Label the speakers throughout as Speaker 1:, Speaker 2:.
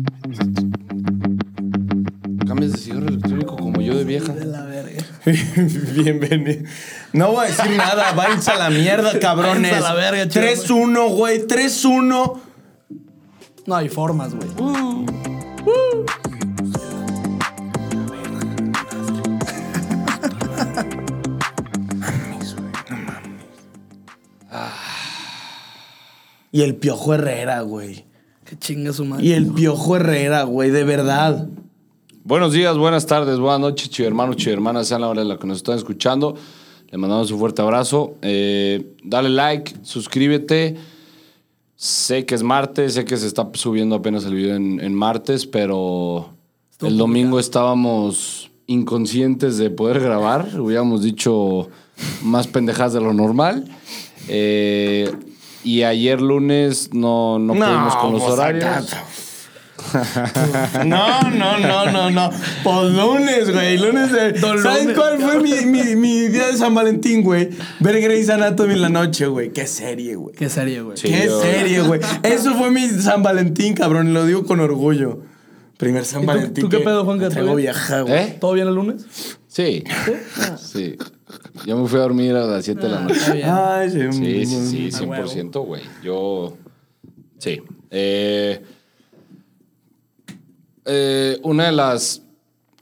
Speaker 1: Bienvenido. No voy a decir nada. Váyanse a la mierda, cabrones.
Speaker 2: Váyanse a la verga, chido,
Speaker 1: 3-1, güey. 3-1.
Speaker 2: No hay formas, güey.
Speaker 1: Y el Piojo Herrera, güey.
Speaker 2: Que chinga su madre.
Speaker 1: Y el Piojo Herrera, güey. De verdad.
Speaker 3: Buenos días, buenas tardes, buenas noches, chivermanos, chivermanas, sean la hora de la que nos están escuchando. Le mandamos un fuerte abrazo. Eh, dale like, suscríbete. Sé que es martes, sé que se está subiendo apenas el video en, en martes, pero
Speaker 2: Estuvo
Speaker 3: el domingo estábamos inconscientes de poder grabar. Hubiéramos dicho más pendejadas de lo normal. Eh, y ayer lunes no, no pudimos con los
Speaker 1: pues,
Speaker 3: horarios.
Speaker 1: acá- No, no, no, no, no. Pues lunes, güey. Lunes de.
Speaker 2: Don
Speaker 1: ¿Sabes
Speaker 2: lunes,
Speaker 1: cuál fue mi, mi- mi día de San Valentín, güey? Ver Grey's Anatomy en la noche, güey. Qué serie, güey.
Speaker 2: Qué serie, güey.
Speaker 3: Sí.
Speaker 1: Qué
Speaker 3: yo-
Speaker 1: serie, güey. Eso fue mi San Valentín, cabrón. y Lo digo con orgullo. Primer San
Speaker 2: ¿Y tú-
Speaker 1: Valentín.
Speaker 2: tú qué
Speaker 1: que
Speaker 2: pedo, Juan, que
Speaker 1: me traigo
Speaker 2: todavía-
Speaker 1: viaja, güey.
Speaker 3: ¿Eh?
Speaker 2: ¿Todo bien el lunes?
Speaker 3: Sí. Sí. Yo me fui a dormir a las 7 de la
Speaker 2: Ah,
Speaker 3: noche.
Speaker 2: está bien.
Speaker 1: Ay, se-
Speaker 3: Sí, sí, sí,
Speaker 2: A huevo.
Speaker 3: 100%, güey. Yo. Sí. Eh, eh, una de las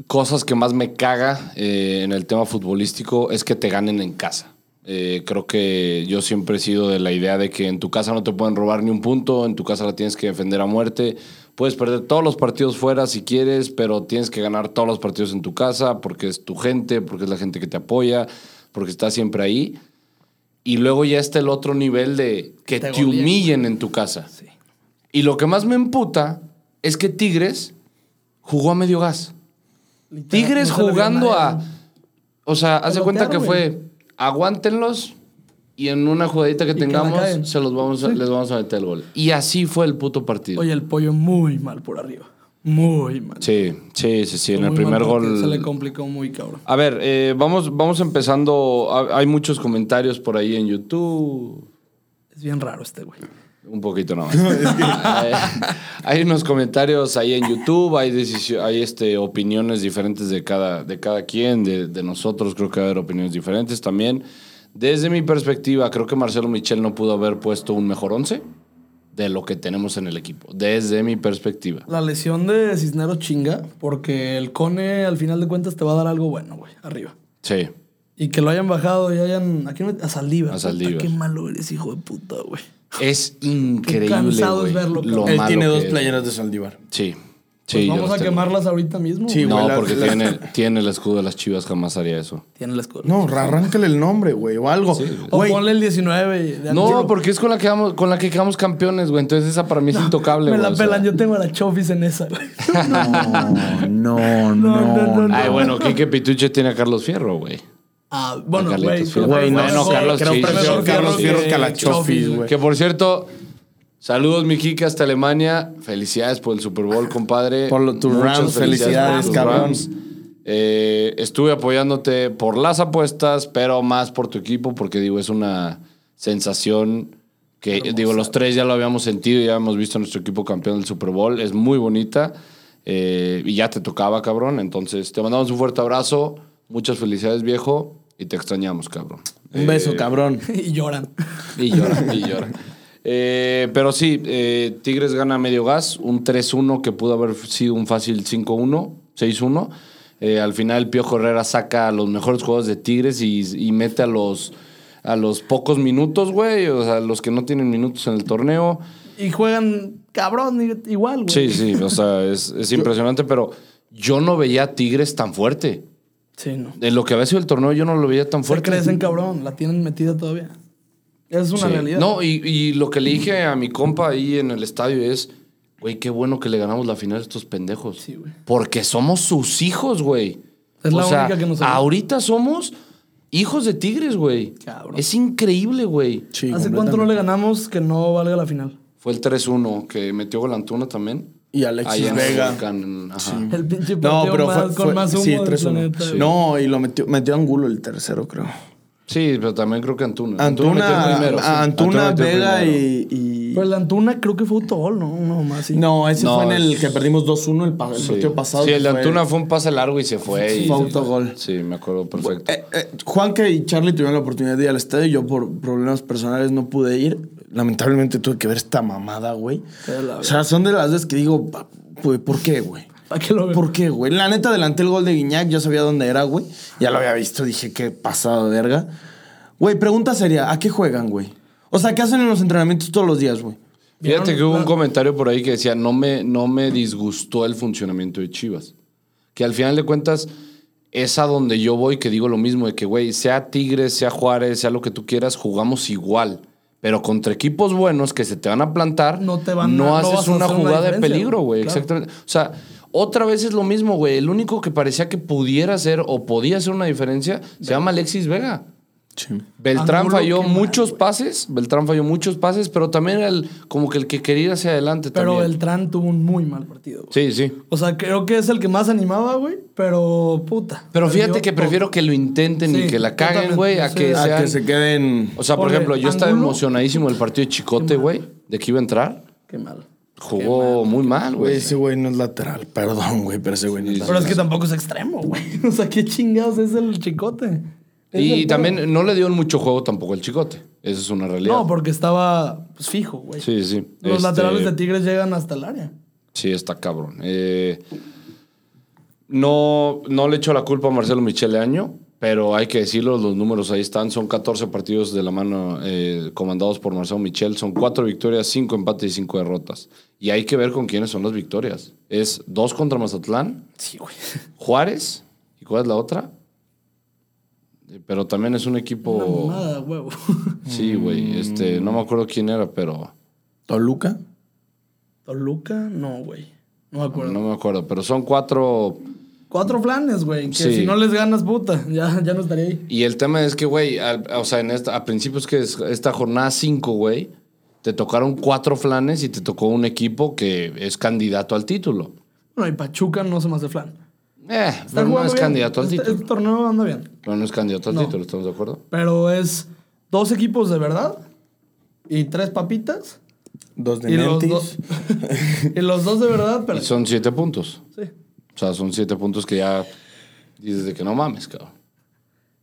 Speaker 3: cosas que más me caga eh, en el tema futbolístico es que te ganen en casa. Eh, creo que yo siempre he sido de la idea de que en tu casa no te pueden robar ni un punto, en tu casa la tienes que defender a muerte. Puedes perder todos los partidos fuera si quieres, pero tienes que ganar todos los partidos en tu casa porque es tu gente, porque es la gente que te apoya, porque está siempre ahí. Y luego ya está el otro nivel de que
Speaker 2: Te
Speaker 3: te,
Speaker 2: golean.
Speaker 3: humillen en tu casa.
Speaker 2: Sí.
Speaker 3: Y lo que más me emputa es que Tigres jugó a medio gas.
Speaker 2: Literal,
Speaker 3: Tigres
Speaker 2: no se le vio
Speaker 3: jugando
Speaker 2: nada.
Speaker 3: a. O sea, haz de cuenta que
Speaker 2: Pelotearon,
Speaker 3: fue. Aguántenlos y en una jugadita que
Speaker 2: que la
Speaker 3: tengamos
Speaker 2: caguen.
Speaker 3: se los vamos a- les vamos a meter el gol. Y así fue el puto partido.
Speaker 2: Oye, el pollo muy mal por arriba. Muy mal.
Speaker 3: Sí, sí, sí, sí. En el
Speaker 2: Muy
Speaker 3: primer
Speaker 2: mal porque
Speaker 3: gol.
Speaker 2: Se le complicó muy cabrón.
Speaker 3: A ver, eh, vamos, vamos empezando. Ha- Hay muchos comentarios por ahí en YouTube.
Speaker 2: Es bien raro este güey.
Speaker 3: Un poquito nomás. Eh, hay unos comentarios ahí en YouTube, hay, decisi- hay este, opiniones diferentes de cada, de cada quien, de, de nosotros creo que va a haber opiniones diferentes también. Desde mi perspectiva, creo que Marcelo Michel no pudo haber puesto un mejor once de lo que tenemos en el equipo, desde mi perspectiva.
Speaker 2: La lesión de Cisneros chinga porque el Cone al final de cuentas te va a dar algo bueno, güey, arriba.
Speaker 3: Sí,
Speaker 2: Y que lo hayan bajado y hayan... ¿A quién met- A Saldívar.
Speaker 3: A Saldívar.
Speaker 2: Puta, Qué malo eres, hijo de puta, güey.
Speaker 3: es increíble.
Speaker 2: cansado es
Speaker 3: güey, lo
Speaker 2: verlo, cabrón.
Speaker 1: Él
Speaker 3: malo
Speaker 1: tiene
Speaker 3: que
Speaker 1: dos
Speaker 3: es.
Speaker 1: playeras de Saldívar.
Speaker 3: Sí,
Speaker 2: Pues
Speaker 3: sí. yo
Speaker 2: vamos
Speaker 3: los
Speaker 2: a
Speaker 3: tengo.
Speaker 2: quemarlas ahorita mismo.
Speaker 1: Sí,
Speaker 2: güey.
Speaker 1: güey,
Speaker 3: No,
Speaker 1: las-
Speaker 3: porque
Speaker 1: las-
Speaker 3: tiene, tiene el escudo de las chivas, jamás haría eso.
Speaker 2: Tiene la escuela.
Speaker 1: No, arráncale el nombre, güey, o algo.
Speaker 2: O
Speaker 1: Güey,
Speaker 2: ponle el 19. de
Speaker 3: No,
Speaker 2: Angulo.
Speaker 3: porque es con la que vamos, con la que quedamos campeones, güey. Entonces esa para mí es intocable,
Speaker 2: Me
Speaker 3: güey.
Speaker 2: la
Speaker 3: o sea.
Speaker 2: pelan, yo tengo a la chofis en esa, güey.
Speaker 1: No, no,
Speaker 2: No, no, no, no.
Speaker 3: Ay, bueno, Quique Pituche tiene a Carlos Fierro, güey.
Speaker 2: Ah, bueno,
Speaker 3: Carlitos
Speaker 2: güey.
Speaker 3: Fierro.
Speaker 1: Güey, no,
Speaker 3: Bueno,
Speaker 1: sé,
Speaker 3: Carlos
Speaker 1: creo
Speaker 3: sí,
Speaker 1: que
Speaker 3: sí,
Speaker 1: mejor
Speaker 3: sí,
Speaker 1: Carlos
Speaker 3: sí.
Speaker 1: Fierro que a la Chofis, güey.
Speaker 3: Que por cierto, saludos, mi Quique, hasta Alemania. Felicidades por el Super Bowl, compadre.
Speaker 1: Por lo- tus
Speaker 3: Muchas
Speaker 1: Rams,
Speaker 3: por
Speaker 1: felicidades,
Speaker 3: tus
Speaker 1: cabrón.
Speaker 3: Rams. Eh, estuve apoyándote por las apuestas, pero más por tu equipo, porque digo, es una sensación que, digo, los tres ya lo habíamos sentido, ya hemos visto a nuestro equipo campeón del Super Bowl, es muy bonita eh, y ya te tocaba, cabrón. Entonces, te mandamos un fuerte abrazo, muchas felicidades, viejo, y te extrañamos, cabrón.
Speaker 1: Un beso,
Speaker 3: Eh.
Speaker 1: cabrón.
Speaker 2: Y lloran.
Speaker 3: Y llora, y llora. Eh, pero sí, eh, Tigres gana medio gas, un 3-1 que pudo haber sido un fácil 5-1, 6-1. Eh, al final el Piojo Herrera saca a los mejores jugadores de Tigres y, y mete a los, a los pocos minutos, güey, o sea, los que no tienen minutos en el torneo.
Speaker 2: Y juegan cabrón i- igual, güey.
Speaker 3: Sí, sí, o sea, es, es impresionante, pero yo no veía a Tigres tan fuerte.
Speaker 2: Sí, no.
Speaker 3: En lo que había sido el torneo yo no lo veía tan
Speaker 2: Se
Speaker 3: fuerte.
Speaker 2: crecen cabrón, la tienen metida todavía. Es una
Speaker 3: Sí.
Speaker 2: realidad.
Speaker 3: No, y, y lo que le dije a mi compa ahí en el estadio es, güey, qué bueno que le ganamos la final a estos pendejos.
Speaker 2: Sí, güey.
Speaker 3: Porque somos sus hijos, güey.
Speaker 2: Es la única que nos ayuda.
Speaker 3: ahorita somos hijos de tigres, güey.
Speaker 2: Cabrón.
Speaker 3: Es increíble, güey.
Speaker 1: Sí,
Speaker 2: ¿Hace cuánto no
Speaker 1: completamente.
Speaker 2: le ganamos que no valga la final?
Speaker 3: Fue el 3-1 que metió gol Antuna también.
Speaker 1: Y Alexis
Speaker 3: Ahí en el
Speaker 1: Vega.
Speaker 3: Volcán, ajá.
Speaker 2: El pinche
Speaker 1: No,
Speaker 2: partido
Speaker 1: pero
Speaker 2: más-
Speaker 1: fue,
Speaker 2: con
Speaker 1: fue-
Speaker 2: más humo
Speaker 1: sí,
Speaker 2: del
Speaker 1: 3-1.
Speaker 2: planeta, güey.
Speaker 1: No, y lo metió, metió Angulo el tercero, creo.
Speaker 3: Sí, pero también creo que Antuna.
Speaker 1: Antuna,
Speaker 3: metió el primero, sí.
Speaker 1: a- Antuna,
Speaker 3: metió el
Speaker 1: Vega
Speaker 3: primero.
Speaker 1: y, y
Speaker 2: Pero el de Antuna creo que fue autogol, ¿no? No, más sí.
Speaker 1: No, ese
Speaker 3: No,
Speaker 1: fue en el
Speaker 3: es-
Speaker 1: que perdimos 2-1 el, pa- el partido pasado.
Speaker 3: Sí, el de
Speaker 1: Fue-
Speaker 3: Antuna fue un pase largo y se fue. y-
Speaker 1: Fue autogol.
Speaker 3: Sí, me acuerdo perfecto.
Speaker 1: Eh, eh, Juanca y Charlie tuvieron la oportunidad de ir al estadio. Yo, por problemas personales, no pude ir. Lamentablemente tuve que ver esta mamada, güey.
Speaker 2: Qué la
Speaker 1: O sea, son de las veces que digo, pa- güey, ¿por qué, güey?
Speaker 2: ¿Para qué lo veo?
Speaker 1: ¿Por qué, güey? La neta, delante el gol de Guiñac, yo sabía dónde era, güey. Ya lo había visto, dije, qué pasado de verga. Güey, pregunta seria, ¿a qué juegan, güey? O sea, ¿qué hacen en los entrenamientos todos los días, güey?
Speaker 3: Fíjate que
Speaker 2: ¿Vieron
Speaker 3: hubo un
Speaker 2: la-
Speaker 3: comentario por ahí que decía, no me, no me disgustó el funcionamiento de Chivas. Que al final de cuentas es a donde yo voy que digo lo mismo, de que, güey, sea Tigres, sea Juárez, sea lo que tú quieras, jugamos igual. Pero contra equipos buenos que se te van a plantar,
Speaker 2: No te van
Speaker 3: no
Speaker 2: a- no
Speaker 3: haces
Speaker 2: vas a
Speaker 3: una
Speaker 2: hacer una
Speaker 3: jugada de
Speaker 2: diferencia,
Speaker 3: peligro, güey.
Speaker 2: claro.
Speaker 3: Exactamente. O sea, otra vez es lo mismo, güey. El único que parecía que pudiera hacer o podía hacer una diferencia se llama Alexis Vega.
Speaker 1: Sí.
Speaker 3: Beltrán
Speaker 2: Angulo,
Speaker 3: falló
Speaker 2: qué mal,
Speaker 3: muchos
Speaker 2: güey.
Speaker 3: pases, Beltrán falló muchos pases, pero también era el, como que el que quería ir hacia adelante
Speaker 2: Pero
Speaker 3: también.
Speaker 2: Beltrán tuvo un muy mal partido. güey.
Speaker 3: Sí, sí.
Speaker 2: O sea, creo que es el que más animaba, güey. Pero puta.
Speaker 3: Pero fíjate
Speaker 2: perdió
Speaker 3: que
Speaker 2: todo.
Speaker 3: prefiero que lo intenten y
Speaker 2: Sí,
Speaker 3: que la caguen,
Speaker 2: totalmente.
Speaker 3: güey, a
Speaker 2: Sí.
Speaker 3: que
Speaker 2: A
Speaker 1: A
Speaker 3: sean...
Speaker 1: que se queden.
Speaker 3: O sea, por
Speaker 2: Pobre
Speaker 3: ejemplo, yo estaba
Speaker 2: Angulo.
Speaker 3: emocionadísimo del partido de Chicote, güey, de que iba a entrar.
Speaker 2: Qué mal.
Speaker 3: Jugó muy mal,
Speaker 1: Güey,
Speaker 3: güey.
Speaker 1: ese güey no es lateral, perdón, güey, pero ese güey no es
Speaker 2: Pero
Speaker 1: lateral.
Speaker 2: es que tampoco es extremo, güey. O sea, qué chingados es el chicote. Es
Speaker 3: Y
Speaker 2: el-
Speaker 3: también no le dio mucho juego tampoco el Chicote. Eso es una realidad.
Speaker 2: No, porque estaba pues, fijo, güey.
Speaker 3: Sí, sí.
Speaker 2: Los
Speaker 3: Este-
Speaker 2: laterales de Tigres llegan hasta el área.
Speaker 3: Sí, está cabrón. Eh, no, no le echo la culpa a Marcelo Michele Año, pero hay que decirlo, los números ahí están. Son 14 partidos de la mano eh, comandados por Marcelo Michel. Son 4 victorias, 5 empates y 5 derrotas. Y hay que ver con quiénes son las victorias. Es 2 contra Mazatlán,
Speaker 2: Sí, güey.
Speaker 3: Juárez, ¿y cuál es la otra? Eh, Pero también es un equipo...
Speaker 2: Una mamada, huevo.
Speaker 3: Sí, güey. Este, no me acuerdo quién era, pero...
Speaker 1: Toluca.
Speaker 2: Toluca, no, güey. No me acuerdo.
Speaker 3: No me acuerdo, pero son cuatro
Speaker 2: Cuatro planes, güey. Que
Speaker 3: Sí.
Speaker 2: si no les ganas, puta, ya, ya no estaría ahí.
Speaker 3: Y el tema es que, güey, al- o sea, en esta, a principios que es- esta jornada 5, güey, te tocaron cuatro flanes y te tocó un equipo que es candidato al título.
Speaker 2: Bueno, y Pachuca no se me hace flan.
Speaker 3: Eh, pero no
Speaker 2: jugando
Speaker 3: es
Speaker 2: bien.
Speaker 3: candidato al
Speaker 2: Este-
Speaker 3: título.
Speaker 2: Este torneo anda bien.
Speaker 3: Pero no es candidato al
Speaker 2: No.
Speaker 3: título, ¿estamos de acuerdo?
Speaker 2: Pero es dos equipos de verdad y tres papitas.
Speaker 1: Dos de
Speaker 2: Y los,
Speaker 1: Mentis.
Speaker 2: dos, y los dos de verdad, pero.
Speaker 3: Y son siete puntos.
Speaker 2: Sí.
Speaker 3: O sea, son siete puntos que ya dices de que no mames, cabrón.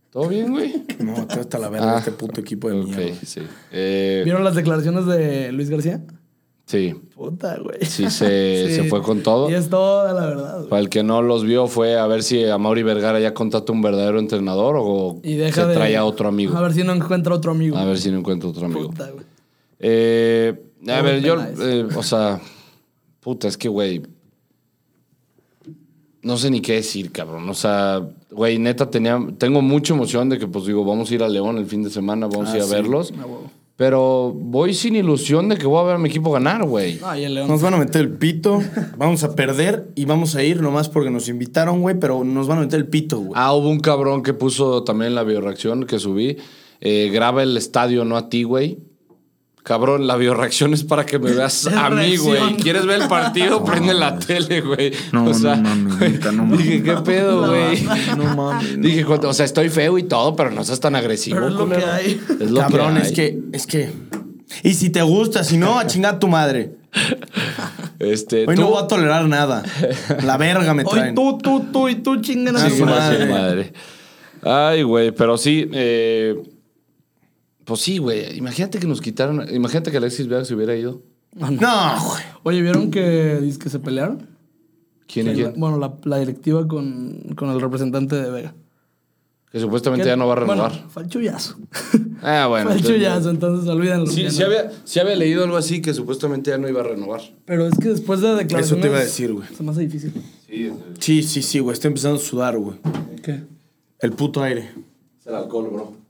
Speaker 3: ¿Todo bien, güey?
Speaker 1: No, creo hasta la verga este puto equipo de
Speaker 3: Ok,
Speaker 1: mierda.
Speaker 3: sí. Eh,
Speaker 2: ¿Vieron las declaraciones de Luis García?
Speaker 3: sí,
Speaker 2: Puta, güey.
Speaker 3: sí se, se fue con todo.
Speaker 2: Y es toda la verdad, güey.
Speaker 3: Para el que no los vio fue a ver si a Mauri Vergara ya contrata un verdadero entrenador o
Speaker 2: Y deja
Speaker 3: se
Speaker 2: de.
Speaker 3: trae a otro amigo.
Speaker 2: A ver si no encuentra otro amigo.
Speaker 3: A ver si no encuentro otro amigo.
Speaker 2: Puta, güey.
Speaker 3: Eh, a
Speaker 2: Pobre
Speaker 3: ver, yo,
Speaker 2: Peláez.
Speaker 3: eh, o sea, puta, es que, güey, no sé ni qué decir, cabrón. O sea, güey, neta, tenía, tengo mucha emoción de que, pues digo, vamos a ir a León el fin de semana, vamos a ir a verlos.
Speaker 2: A Ah, huevo.
Speaker 3: Pero voy sin ilusión de que voy a ver a mi equipo ganar, güey.
Speaker 2: No, y el León.
Speaker 1: Nos van a meter el pito, vamos a perder y vamos a ir nomás porque nos invitaron, güey, pero nos van a meter el pito, güey.
Speaker 3: Ah, hubo un cabrón que puso también la bioreacción que subí. eh, graba el estadio, no a ti, güey. Cabrón, la bioreacción es para que me veas
Speaker 2: Es
Speaker 3: a mí, güey.
Speaker 2: reacción.
Speaker 3: ¿Quieres ver el partido? Prende la tele, güey.
Speaker 4: No,
Speaker 3: o sea,
Speaker 4: no mames,
Speaker 3: güey,
Speaker 4: neta, no mames.
Speaker 3: Dije, ¿qué pedo, güey?
Speaker 1: Ah, No mames.
Speaker 3: Dije, "Cuánto- o sea, estoy feo y todo, pero no seas tan agresivo.
Speaker 2: Pero es lo que
Speaker 3: culero".
Speaker 2: hay.
Speaker 3: Es lo
Speaker 1: Cabrón,
Speaker 3: que
Speaker 1: es
Speaker 3: hay.
Speaker 1: que, es que. Y si te gusta, si no, a chingar a tu madre.
Speaker 3: Este,
Speaker 1: Hoy
Speaker 3: tú-
Speaker 1: no voy a tolerar nada. La verga me
Speaker 2: Hoy
Speaker 1: traen.
Speaker 2: tú, tú, tú y tú chingan
Speaker 1: Ah,
Speaker 2: a
Speaker 3: Sí,
Speaker 1: su
Speaker 2: tu madre.
Speaker 3: madre,
Speaker 1: madre.
Speaker 3: madre. Ay, güey, pero sí. eh, pues sí, güey. Imagínate que nos quitaron. Imagínate que Alexis Vega se hubiera ido.
Speaker 1: No, güey.
Speaker 2: Oye, ¿vieron que, que se pelearon?
Speaker 3: ¿Quién y
Speaker 2: Sí, la-
Speaker 3: quién?
Speaker 2: bueno, la, la directiva con, con el representante de Vega.
Speaker 3: Que supuestamente ya no va a renovar.
Speaker 2: Bueno, fue el chullazo.
Speaker 3: ah, bueno.
Speaker 2: fue el
Speaker 3: entonces,
Speaker 2: chullazo, entonces olvídenlo.
Speaker 3: Sí,
Speaker 2: ya
Speaker 3: sí
Speaker 2: no.
Speaker 3: había, sí había leído algo así que supuestamente ya no iba a renovar.
Speaker 2: Pero es que después de declaraciones...
Speaker 1: Eso te iba a decir, güey.
Speaker 2: Se me hace difícil.
Speaker 3: Sí, es,
Speaker 1: Sí, sí, sí, güey. Estoy empezando a sudar, güey.
Speaker 2: ¿Qué?
Speaker 1: El puto aire.
Speaker 3: el alcohol, bro.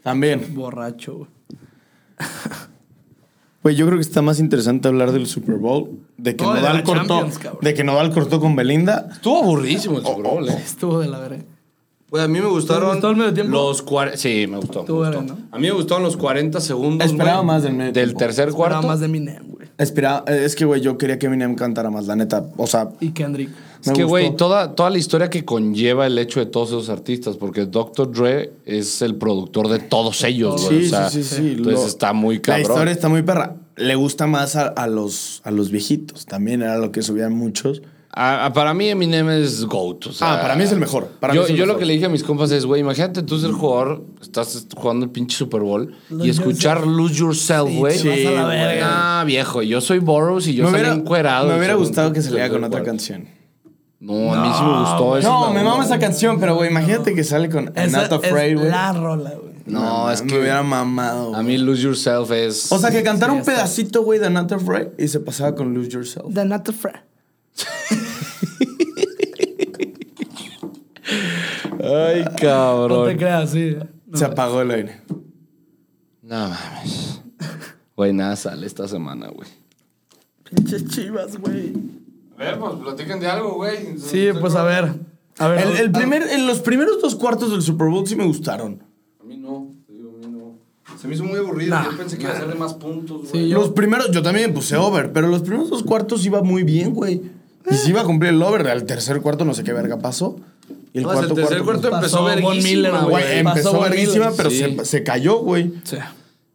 Speaker 1: También.
Speaker 2: Borracho, güey.
Speaker 1: Güey, yo creo que está más interesante hablar del Super Bowl. De que
Speaker 2: No, de
Speaker 1: Nodal
Speaker 2: la
Speaker 1: cortó.
Speaker 2: Champions, cabrón.
Speaker 1: De que Nodal cortó con Belinda.
Speaker 3: Estuvo aburridísimo el Super Bowl, eh.
Speaker 2: Estuvo de la verga.
Speaker 3: Güey, a mí me gustaron.
Speaker 2: ¿Te gustó el medio tiempo?
Speaker 3: Los cuar- Sí, me gustó. me
Speaker 2: Estuvo
Speaker 3: gustó.
Speaker 2: bueno, ¿no?
Speaker 3: A mí me gustaron los 40 segundos.
Speaker 1: Esperaba
Speaker 3: güey,
Speaker 1: más del medio tiempo.
Speaker 3: tercer
Speaker 2: Esperaba
Speaker 3: cuarto.
Speaker 2: más de Eminem, güey.
Speaker 1: Espera, eh, es que, güey, yo quería que Eminem cantara más, la neta. O sea,
Speaker 2: Y Kendrick.
Speaker 3: Es
Speaker 1: Me
Speaker 3: que, güey,
Speaker 1: gustó.
Speaker 3: toda, toda la historia que conlleva el hecho de todos esos artistas, porque Dr. Dre es el productor de todos ellos, güey.
Speaker 1: Sí,
Speaker 3: o sea,
Speaker 1: sí, sí, sí.
Speaker 3: Entonces
Speaker 1: Lo-
Speaker 3: está muy cabrón.
Speaker 1: La historia está muy perra. le gusta más a, a los, a los viejitos. También era lo que subían muchos.
Speaker 3: A- a- para mí Eminem es GOAT. o sea,
Speaker 1: Ah, para mí es el mejor, para
Speaker 3: yo
Speaker 1: mí es el
Speaker 3: yo lo
Speaker 1: mejor.
Speaker 3: que le dije a mis compas es, güey, imagínate tú ser jugador, estás jugando el pinche Super Bowl y
Speaker 2: Lose
Speaker 3: escuchar Lose Yourself, güey.
Speaker 2: sí, vas a la
Speaker 3: güey.
Speaker 2: verga.
Speaker 3: Ah, viejo, yo soy Borrows y yo
Speaker 1: me
Speaker 3: soy
Speaker 1: hubiera,
Speaker 3: encuerado.
Speaker 1: me hubiera
Speaker 3: según
Speaker 1: gustado
Speaker 3: tú,
Speaker 1: que se le haga con
Speaker 3: según
Speaker 1: otra
Speaker 3: cuál.
Speaker 1: canción.
Speaker 3: No, a mí sí me gustó. esa es
Speaker 1: No,
Speaker 3: la
Speaker 1: me
Speaker 3: una,
Speaker 1: mama esa
Speaker 3: güey.
Speaker 1: canción, pero güey, imagínate que sale con I'm
Speaker 2: Esa
Speaker 1: Not Afraid,
Speaker 2: es
Speaker 1: güey.
Speaker 2: la rola, güey.
Speaker 3: No, es
Speaker 1: me
Speaker 3: que
Speaker 1: hubiera mamado.
Speaker 3: a mí Lose Yourself es...
Speaker 1: O sea, que cantara
Speaker 2: Sí,
Speaker 1: un
Speaker 2: está.
Speaker 1: pedacito, güey, de Not Afraid y se pasaba con Lose Yourself.
Speaker 2: The Not Afraid.
Speaker 3: Ay,
Speaker 2: No te
Speaker 3: cabrón.
Speaker 2: creas, sí.
Speaker 1: Se apagó el aire.
Speaker 3: No mames. Güey, nada sale esta semana, güey.
Speaker 2: Pinches chivas, güey.
Speaker 3: A ver, pues platiquen de algo, güey.
Speaker 2: Sí, pues a ver. A ver.
Speaker 1: El, el primer, en los primeros dos cuartos del Super Bowl sí me gustaron.
Speaker 3: A mí no, te digo, a mí no. Se me hizo muy aburrido.
Speaker 2: Nah,
Speaker 3: yo pensé que iba a hacerle más puntos, güey.
Speaker 2: Sí, yo-
Speaker 1: Los primeros, yo también puse over, pero los primeros dos cuartos iba muy bien, güey. Y sí iba a cumplir el over. Al tercer cuarto no sé qué verga pasó. Y el
Speaker 3: No, es
Speaker 1: cuarto pues,
Speaker 3: el tercer cuarto empezó
Speaker 2: Pasó
Speaker 3: verguísima,
Speaker 2: Von Miller,
Speaker 3: güey.
Speaker 1: güey,
Speaker 2: güey, pasó
Speaker 1: empezó
Speaker 2: Von
Speaker 1: verguísima,
Speaker 2: Miller.
Speaker 1: pero
Speaker 3: Sí.
Speaker 1: se, se cayó, güey.
Speaker 2: Sí.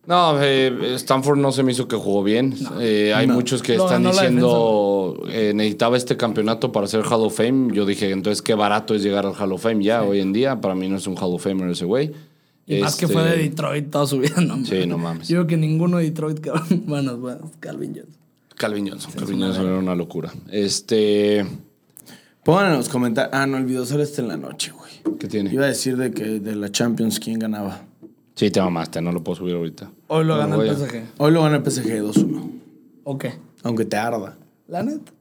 Speaker 3: No, eh, Stanford no se me hizo que jugó bien. Eh, hay muchos que
Speaker 2: Lo
Speaker 3: están
Speaker 2: ganó la
Speaker 3: diciendo eh, necesitaba este campeonato para ser Hall of Fame. Yo dije, entonces qué barato es llegar al Hall of Fame ya hoy en día. Para mí no es un Hall of Famer ese güey.
Speaker 2: Y más que
Speaker 3: Este,
Speaker 2: fue de Detroit toda su vida, no mames.
Speaker 3: Sí, no mames.
Speaker 2: Yo creo que ninguno de Detroit, cabrón. Bueno, bueno, Calvin Jones.
Speaker 3: Calvin Johnson. Calvin Johnson era una locura. Este.
Speaker 1: Pongan en los comentarios. Ah, no, el video sale este en la noche, güey.
Speaker 3: ¿Qué tiene?
Speaker 1: Iba a decir de que de la Champions quién ganaba.
Speaker 3: Sí, te mamaste, no lo puedo subir ahorita.
Speaker 2: Hoy lo
Speaker 3: No,
Speaker 2: ganó el
Speaker 3: voy a-
Speaker 2: PSG.
Speaker 1: Hoy lo gana el PSG 2-1.
Speaker 2: ¿O qué?
Speaker 1: Aunque te arda.
Speaker 2: La neta.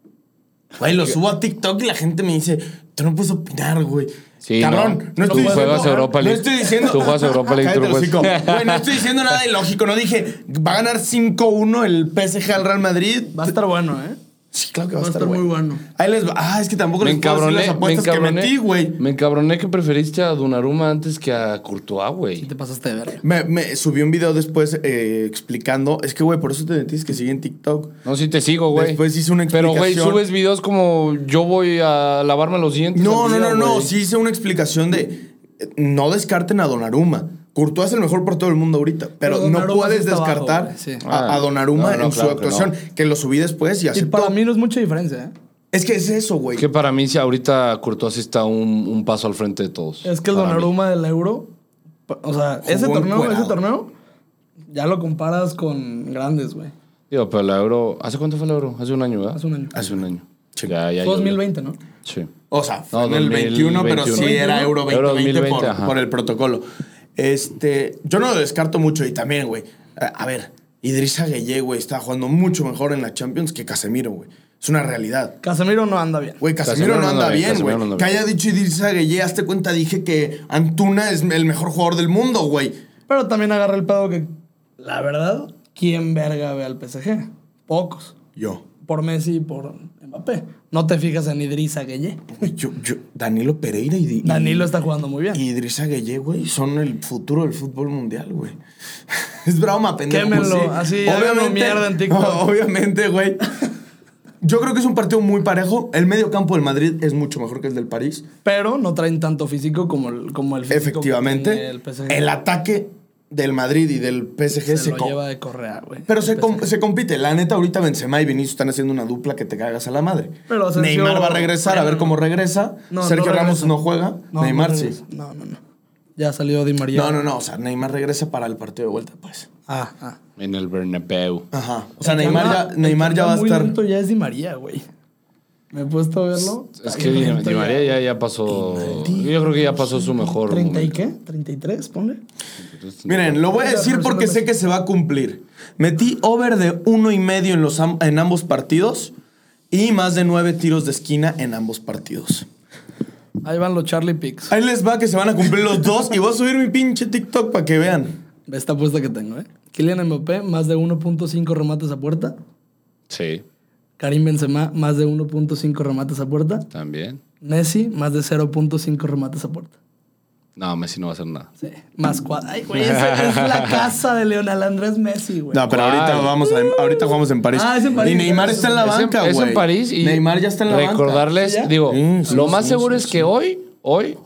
Speaker 1: Güey, lo subo a TikTok y la gente me dice, tú no puedes opinar, güey.
Speaker 3: Sí,
Speaker 1: Cabrón, no,
Speaker 3: no. Tú
Speaker 1: estoy diciendo.
Speaker 3: juegas Europa League.
Speaker 1: No estoy diciendo.
Speaker 3: Tú juegas Europa
Speaker 2: Ah,
Speaker 3: League, tú no
Speaker 1: Cállate el
Speaker 3: puedes.
Speaker 1: hocico. Güey, no estoy diciendo nada ilógico. No dije, va a ganar 5-1 el PSG al Real Madrid.
Speaker 2: Va a estar bueno, ¿eh?
Speaker 1: Sí, claro que va,
Speaker 2: va a estar
Speaker 1: güey.
Speaker 2: muy bueno.
Speaker 1: Ahí les va. Ah, es que tampoco
Speaker 3: Me
Speaker 1: les puedo decir
Speaker 3: encabroné,
Speaker 1: las
Speaker 3: me
Speaker 1: apuestas que
Speaker 3: encabroné.
Speaker 1: metí, güey.
Speaker 3: me encabroné que preferiste a Dunaruma antes que a Courtois,
Speaker 2: Y
Speaker 3: güey.
Speaker 2: te pasaste de verga.
Speaker 1: Me, me subí un video después eh, explicando. Es que, güey, por eso te tienes que seguir en TikTok.
Speaker 3: No, sí te sigo, güey.
Speaker 1: Después hice una
Speaker 3: Pero, güey,
Speaker 1: explicación.
Speaker 3: subes videos como yo voy a lavarme los dientes.
Speaker 1: No,
Speaker 3: al
Speaker 1: no,
Speaker 3: día,
Speaker 1: no, no.
Speaker 3: güey.
Speaker 1: Sí hice una explicación de eh, no descarten a Donnarumma. Courtois es el mejor por todo el mundo ahorita, pero,
Speaker 2: Pero
Speaker 1: no
Speaker 2: Donnarumma
Speaker 1: puedes
Speaker 2: sí está abajo,
Speaker 1: descartar
Speaker 2: güey, sí.
Speaker 1: a, a
Speaker 3: Ah,
Speaker 1: Donnarumma
Speaker 3: no, no,
Speaker 1: en
Speaker 3: claro
Speaker 1: su
Speaker 3: que
Speaker 1: actuación, que, lo subí después y
Speaker 2: Y
Speaker 1: aceptó.
Speaker 2: para mí no es mucha diferencia, ¿eh?
Speaker 1: Es que es eso, güey.
Speaker 3: Es que para mí, sí, ahorita Courtois sí está un, un paso al frente de todos.
Speaker 2: Es que el
Speaker 3: Para mí.
Speaker 2: Donnarumma del Euro, pa- o sea, ese torneo,
Speaker 1: encuerado.
Speaker 2: ese torneo, ya lo comparas con grandes, güey.
Speaker 3: Digo, pero el euro. ¿Hace cuánto fue el euro? Hace un año, ¿verdad?
Speaker 2: Hace un año.
Speaker 3: Hace un año.
Speaker 1: Sí.
Speaker 3: Ya, ya.
Speaker 2: Fue
Speaker 3: llovió.
Speaker 2: 2020, ¿no?
Speaker 3: Sí.
Speaker 1: O sea, fue
Speaker 3: No,
Speaker 1: en el 21, pero sí
Speaker 3: 2021.
Speaker 1: era Euro 2020
Speaker 3: Euro
Speaker 1: por,
Speaker 3: 2020, ajá.
Speaker 1: por el protocolo. Este, yo no lo descarto mucho y también, güey. A, a ver, Idrissa Gueye, güey, está jugando mucho mejor en la Champions que Casemiro, güey. Es una realidad.
Speaker 2: Casemiro no anda bien.
Speaker 1: Güey, Casemiro, no anda bien,
Speaker 3: Casemiro
Speaker 1: güey.
Speaker 3: no anda
Speaker 1: que
Speaker 3: bien.
Speaker 1: haya dicho Idrissa Gueye, hazte cuenta, dije que Antuna es el mejor jugador del mundo, güey.
Speaker 2: Pero también agarra el pedo que, la verdad, ¿quién verga ve al PSG? Pocos.
Speaker 1: Yo.
Speaker 2: Por Messi y por Mbappé. No te fijas en Idrissa Gueye.
Speaker 1: Yo, yo, Danilo Pereira y, y-
Speaker 2: Danilo está jugando muy bien.
Speaker 1: y Idrissa Gueye, güey, son el futuro del fútbol mundial, güey. Es broma, pendejo. pues
Speaker 2: Quémenlo, así, háganlo mierda en TikTok.
Speaker 1: Obviamente, güey. Yo creo que es un partido muy parejo. El medio campo del Madrid es mucho mejor que el del París.
Speaker 2: Pero no traen tanto físico como el, como el físico que tiene
Speaker 1: Efectivamente.
Speaker 2: el
Speaker 1: El,
Speaker 2: PSG.
Speaker 1: ataque del Madrid y del PSG se,
Speaker 2: se lo
Speaker 1: co-
Speaker 2: lleva de correa, güey.
Speaker 1: Pero
Speaker 2: El
Speaker 1: se, com-
Speaker 2: PSG.
Speaker 1: se compite. La neta, ahorita Benzema y Vinicius están haciendo una dupla que te cagas a la madre.
Speaker 2: Pero Asensio-
Speaker 1: Neymar va a regresar, a ver cómo regresa.
Speaker 2: No,
Speaker 1: Sergio
Speaker 2: no
Speaker 1: Ramos
Speaker 2: regresa.
Speaker 1: no juega.
Speaker 2: No,
Speaker 1: Neymar
Speaker 2: no
Speaker 1: sí.
Speaker 2: regresa. No, no, no. Ya salió Di María.
Speaker 1: No, no, no. O sea, Neymar regresa para el partido de vuelta, pues.
Speaker 2: Ah, ah.
Speaker 3: En el Bernabéu.
Speaker 1: Ajá. O sea, Neymar ya, Neymar ya va a
Speaker 2: muy
Speaker 1: estar.
Speaker 2: lento ya es Di María, güey. Me he puesto a verlo.
Speaker 3: Es
Speaker 2: Está
Speaker 3: que Di,
Speaker 2: bien lento
Speaker 3: Di María ya, ya pasó. Yo creo que ya pasó su mejor.
Speaker 2: ¿30 y
Speaker 3: momento.
Speaker 2: qué? ¿33? Ponle.
Speaker 1: Miren, lo voy a decir porque sé que se va a cumplir. Metí over de uno y medio en, los am- en ambos partidos y más de nueve tiros de esquina en ambos partidos.
Speaker 2: Ahí van los Charlie Picks.
Speaker 1: Ahí les va que se van a cumplir los dos y voy a subir mi pinche TikTok para que vean.
Speaker 2: Esta apuesta que tengo, ¿eh? Kylian Mbappé, más de 1.5 remates a puerta.
Speaker 3: Sí,
Speaker 2: Karim Benzema, más de 1.5 remates a puerta.
Speaker 3: también.
Speaker 2: Messi, más de 0.5 remates a puerta.
Speaker 3: No, Messi no va a hacer nada.
Speaker 2: Sí, más cuatro. Ay, güey, esa es la casa de Leonel Andrés Messi, güey.
Speaker 1: No, pero
Speaker 3: ¿Cuál?
Speaker 1: ahorita vamos a, em- ahorita jugamos en París.
Speaker 2: Ah, es en París.
Speaker 1: Y Neymar está en la
Speaker 3: Es en-
Speaker 1: banca, güey.
Speaker 3: es en, París y
Speaker 1: Neymar ya está en la
Speaker 3: recordarles,
Speaker 1: banca.
Speaker 3: digo,
Speaker 1: Sí, sí,
Speaker 3: lo
Speaker 1: sí,
Speaker 3: más
Speaker 1: sí,
Speaker 3: seguro es que hoy, hoy,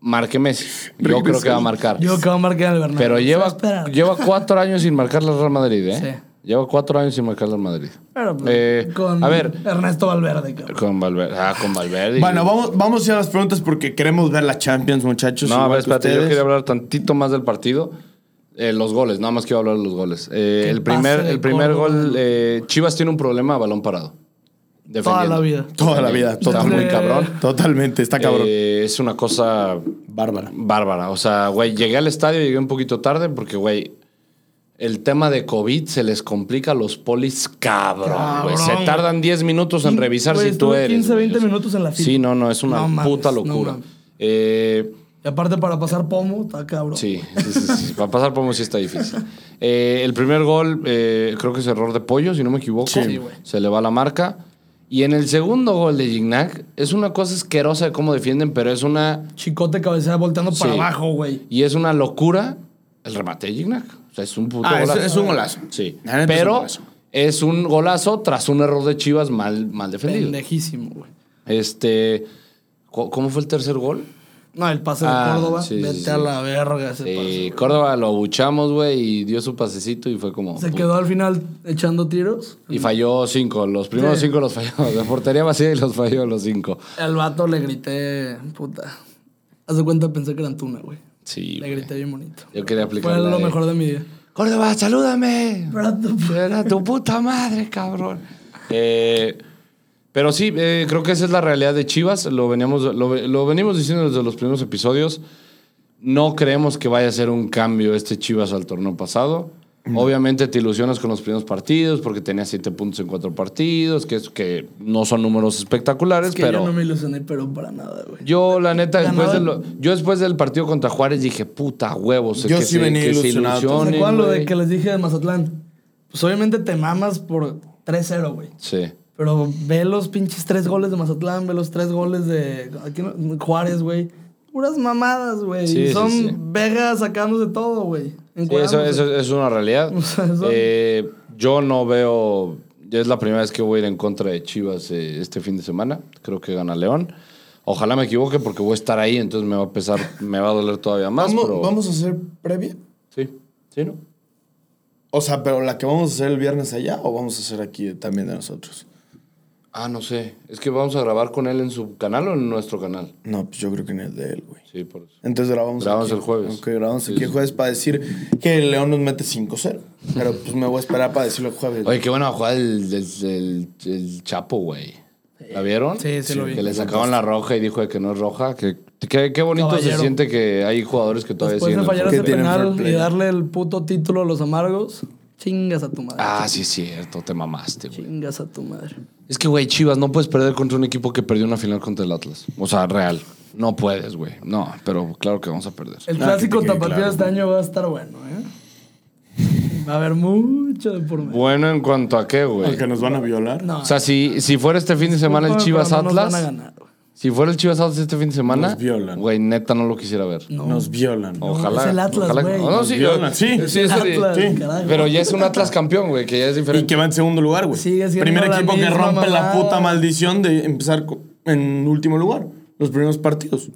Speaker 3: marque Messi. Yo creo que va a marcar.
Speaker 2: Yo creo que va a marcar en el Bernabéu.
Speaker 3: Pero
Speaker 2: Se va a
Speaker 3: lleva,
Speaker 2: esperar.
Speaker 3: lleva cuatro años sin marcar la Real Madrid, ¿eh?
Speaker 2: Sí.
Speaker 3: Llevo cuatro años sin marcarle al Madrid.
Speaker 2: Pero pues,
Speaker 3: Eh,
Speaker 2: con
Speaker 3: A ver,
Speaker 2: Ernesto Valverde, cabrón.
Speaker 3: con Valverde. Ah, con Valverde.
Speaker 1: Bueno, vamos, vamos a ir a las preguntas porque queremos ver la Champions, muchachos.
Speaker 3: No, a
Speaker 1: igual
Speaker 3: ver,
Speaker 1: que
Speaker 3: espérate, yo
Speaker 1: ustedes.
Speaker 3: quería hablar tantito más del partido. Eh, los goles, nada más quiero hablar de los goles. Eh,
Speaker 2: Qué
Speaker 3: el primer,
Speaker 2: pase de
Speaker 3: el primer
Speaker 2: Córdoba.
Speaker 3: gol, eh, Chivas tiene un problema a balón parado.
Speaker 2: Toda
Speaker 3: Defendiendo.
Speaker 2: la vida.
Speaker 1: Toda la vida,
Speaker 3: Está
Speaker 1: totalmente.
Speaker 3: muy cabrón.
Speaker 1: Totalmente, está cabrón.
Speaker 3: Eh, es una cosa
Speaker 1: Bárbara.
Speaker 3: bárbara. O sea, güey, llegué al estadio, llegué un poquito tarde porque, güey, el tema de COVID se les complica a los polis, cabrón, güey. Se
Speaker 2: Cabrón.
Speaker 3: tardan 10 minutos en
Speaker 2: Quin-
Speaker 3: revisar
Speaker 2: güey,
Speaker 3: si tú
Speaker 2: estuve
Speaker 3: eres.
Speaker 2: 15,
Speaker 3: güey.
Speaker 2: 20 minutos en la fila.
Speaker 3: Sí, no, no, es una
Speaker 2: No mames,
Speaker 3: puta
Speaker 2: no
Speaker 3: locura.
Speaker 2: mames.
Speaker 3: eh.
Speaker 2: Y aparte para pasar pomo, está cabrón.
Speaker 3: Sí, sí, sí, sí. Para pasar por sí está difícil. Eh, el primer gol, eh, creo que es error de pollo, si no me equivoco.
Speaker 1: Sí. Sí,
Speaker 2: güey.
Speaker 3: Se le va la marca. Y en el segundo gol de Gignac, es una cosa asquerosa de cómo defienden, pero es una.
Speaker 2: Chicote cabecea volteando para
Speaker 3: Sí.
Speaker 2: abajo, güey.
Speaker 3: Y es una locura el remate de Gignac. O sea, es un puto
Speaker 1: Ah, es,
Speaker 3: golazo.
Speaker 1: es un golazo.
Speaker 3: Sí.
Speaker 1: La neta es un
Speaker 3: Pero
Speaker 1: golazo.
Speaker 3: es un golazo tras un error de Chivas mal, mal defendido.
Speaker 2: Pendejísimo, güey.
Speaker 3: Este. ¿cu- ¿Cómo fue el tercer gol?
Speaker 2: No, el pase
Speaker 3: Ah,
Speaker 2: de Córdoba,
Speaker 3: sí, sí,
Speaker 2: vete
Speaker 3: sí.
Speaker 2: a la verga ese
Speaker 3: Eh,
Speaker 2: pase.
Speaker 3: Córdoba lo abuchamos, güey, y dio su pasecito y fue como.
Speaker 2: Se
Speaker 3: puta.
Speaker 2: quedó al final echando tiros.
Speaker 3: Y falló cinco. Los primeros
Speaker 2: Sí.
Speaker 3: cinco los falló. La portería vacía y los falló los cinco.
Speaker 2: Al vato le grité, puta. Haz de cuenta, pensé que era Antuna, güey.
Speaker 3: Sí.
Speaker 2: Le
Speaker 3: güey.
Speaker 2: grité bien bonito.
Speaker 3: Yo quería aplicar.
Speaker 2: Fue
Speaker 3: la
Speaker 2: lo
Speaker 3: de,
Speaker 2: mejor de mi día.
Speaker 3: Córdoba, salúdame.
Speaker 2: Pero tú- pues,
Speaker 3: Era tu puta madre, cabrón. Eh, pero sí, eh, creo que esa es la realidad de Chivas. Lo, veníamos, lo, ve- lo venimos diciendo desde los primeros episodios. No creemos que vaya a ser un cambio este Chivas al torneo pasado. Obviamente te ilusionas con los primeros partidos porque tenías siete puntos en cuatro partidos, que, es, que no son números espectaculares,
Speaker 2: Es que
Speaker 3: pero...
Speaker 2: yo no me ilusioné, pero para nada, güey.
Speaker 3: Yo, la neta, después de
Speaker 2: Ganaba-
Speaker 3: lo- yo después del partido contra Juárez dije, puta huevos.
Speaker 1: Yo sí venía ilusionado.
Speaker 2: ¿Se
Speaker 3: ilusionen,
Speaker 2: acuerdan lo de
Speaker 3: güey".
Speaker 2: que les dije de Mazatlán? Pues obviamente te mamas por 3-0, güey.
Speaker 3: Sí.
Speaker 2: Pero ve los pinches tres goles de Mazatlán, ve los tres goles de ¿a quién? Juárez, güey. Puras mamadas, güey.
Speaker 3: Sí, sí,
Speaker 2: Son
Speaker 3: sí.
Speaker 2: Vegas sacándose todo, güey.
Speaker 3: Sí, eso,
Speaker 2: Encuadrándose.
Speaker 3: eso es una realidad.
Speaker 2: eh. O sea, eso-
Speaker 3: Eh, yo no veo. Es la primera vez que voy a ir en contra de Chivas eh, este fin de semana. Creo que gana León. Ojalá me equivoque porque voy a estar ahí, entonces me va a pesar, me va a doler todavía más.
Speaker 1: vamos,
Speaker 3: pero-
Speaker 1: vamos a hacer previa.
Speaker 3: Sí, sí, ¿no?
Speaker 1: O sea, pero la que vamos a hacer el viernes allá o vamos a hacer aquí también de nosotros.
Speaker 3: Ah, no sé. Es que vamos a grabar con él en su canal o en nuestro canal.
Speaker 1: No, pues yo creo que en el de él, güey.
Speaker 3: Sí, por eso.
Speaker 1: Entonces grabamos.
Speaker 3: Grabamos
Speaker 1: aquí.
Speaker 3: el jueves.
Speaker 1: Ok, grabamos
Speaker 3: Sí,
Speaker 1: aquí el
Speaker 3: sí.
Speaker 1: jueves para decir que el León nos mete 5-0. Pero pues me voy a esperar para decirlo el jueves.
Speaker 3: Oye, qué buena jugada el, el, el- el Chapo, güey. ¿La vieron?
Speaker 2: Sí, sí lo vi.
Speaker 3: Que le sacaron la roja y dijo de que no es roja. Que, que- qué bonito se
Speaker 2: Caballero.
Speaker 3: siente que hay jugadores que todavía
Speaker 2: Después de
Speaker 3: siguen el
Speaker 2: fallar
Speaker 1: ¿Qué
Speaker 2: ese
Speaker 1: tienen fair
Speaker 2: penal
Speaker 1: play?
Speaker 2: y darle el puto título a los amargos, chingas a tu madre.
Speaker 3: Ah, sí, es cierto, te mamaste, güey.
Speaker 2: Chingas a tu madre.
Speaker 3: Es que, güey, Chivas, no puedes perder contra un equipo que perdió una final contra el Atlas. O sea, real. No puedes, güey. No, pero claro que vamos a perder.
Speaker 2: El
Speaker 1: Ah,
Speaker 2: clásico
Speaker 1: que te quede
Speaker 2: tapatío
Speaker 1: claro.
Speaker 2: este año va a estar bueno, ¿eh? Va a haber mucho de por medio.
Speaker 3: Bueno, en cuanto a qué, güey.
Speaker 1: Porque nos van a violar.
Speaker 2: No,
Speaker 3: O sea, si, si fuera este fin de semana el
Speaker 2: Pues, pero
Speaker 3: Chivas
Speaker 2: no nos van a
Speaker 3: Atlas.
Speaker 2: ganar, güey.
Speaker 3: Si fuera el Chivas Atlas este fin de semana.
Speaker 1: Nos violan.
Speaker 3: Güey, neta, no lo quisiera ver.
Speaker 1: Nos violan.
Speaker 3: Ojalá.
Speaker 2: es el Atlas,
Speaker 3: ojalá que- No,
Speaker 2: güey.
Speaker 3: no, sí,
Speaker 1: Violan, sí.
Speaker 3: sí, eso sí.
Speaker 2: Atlas,
Speaker 1: sí.
Speaker 2: carajo.
Speaker 3: Pero ya es un Atlas campeón, güey, que ya es
Speaker 1: Y
Speaker 3: diferente.
Speaker 1: que va en segundo lugar, güey.
Speaker 2: Sigue siendo
Speaker 1: Primer
Speaker 2: la
Speaker 1: equipo que
Speaker 2: misma
Speaker 1: rompe la
Speaker 2: mamada.
Speaker 1: puta maldición de empezar co- en último lugar. Los primeros partidos.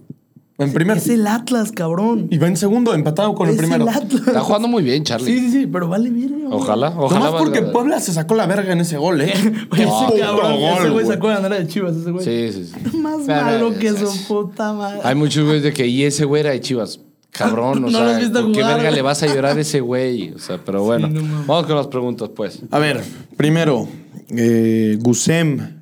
Speaker 1: En primero.
Speaker 2: Es el Atlas, cabrón.
Speaker 1: Y va en segundo, empatado con el
Speaker 2: es
Speaker 1: primero.
Speaker 2: el Atlas.
Speaker 3: Está jugando muy bien,
Speaker 2: Sí,
Speaker 3: Charlie.
Speaker 2: sí, sí, pero vale bien.
Speaker 3: Ojalá, ojalá.
Speaker 1: Nomás
Speaker 3: valga-
Speaker 1: porque Puebla se sacó la verga en ese gol, ¿eh?
Speaker 2: Ese
Speaker 1: Puto
Speaker 2: cabrón, ese
Speaker 1: gol,
Speaker 2: güey
Speaker 1: güey.
Speaker 2: sacó la bandera de Chivas, ese güey.
Speaker 3: Sí, sí, sí.
Speaker 2: Más
Speaker 3: Pero-
Speaker 2: malo que su puta madre.
Speaker 3: Hay muchos güeyes de que, y ese güey era de Chivas. Cabrón, o
Speaker 2: No
Speaker 3: sea,
Speaker 2: los viste
Speaker 3: ¿por qué
Speaker 2: jugar,
Speaker 3: verga
Speaker 2: güey?
Speaker 3: le vas a llorar a ese güey? O sea, pero bueno.
Speaker 2: no mames.
Speaker 3: Vamos con las preguntas, pues.
Speaker 1: A ver, primero, eh, Gusem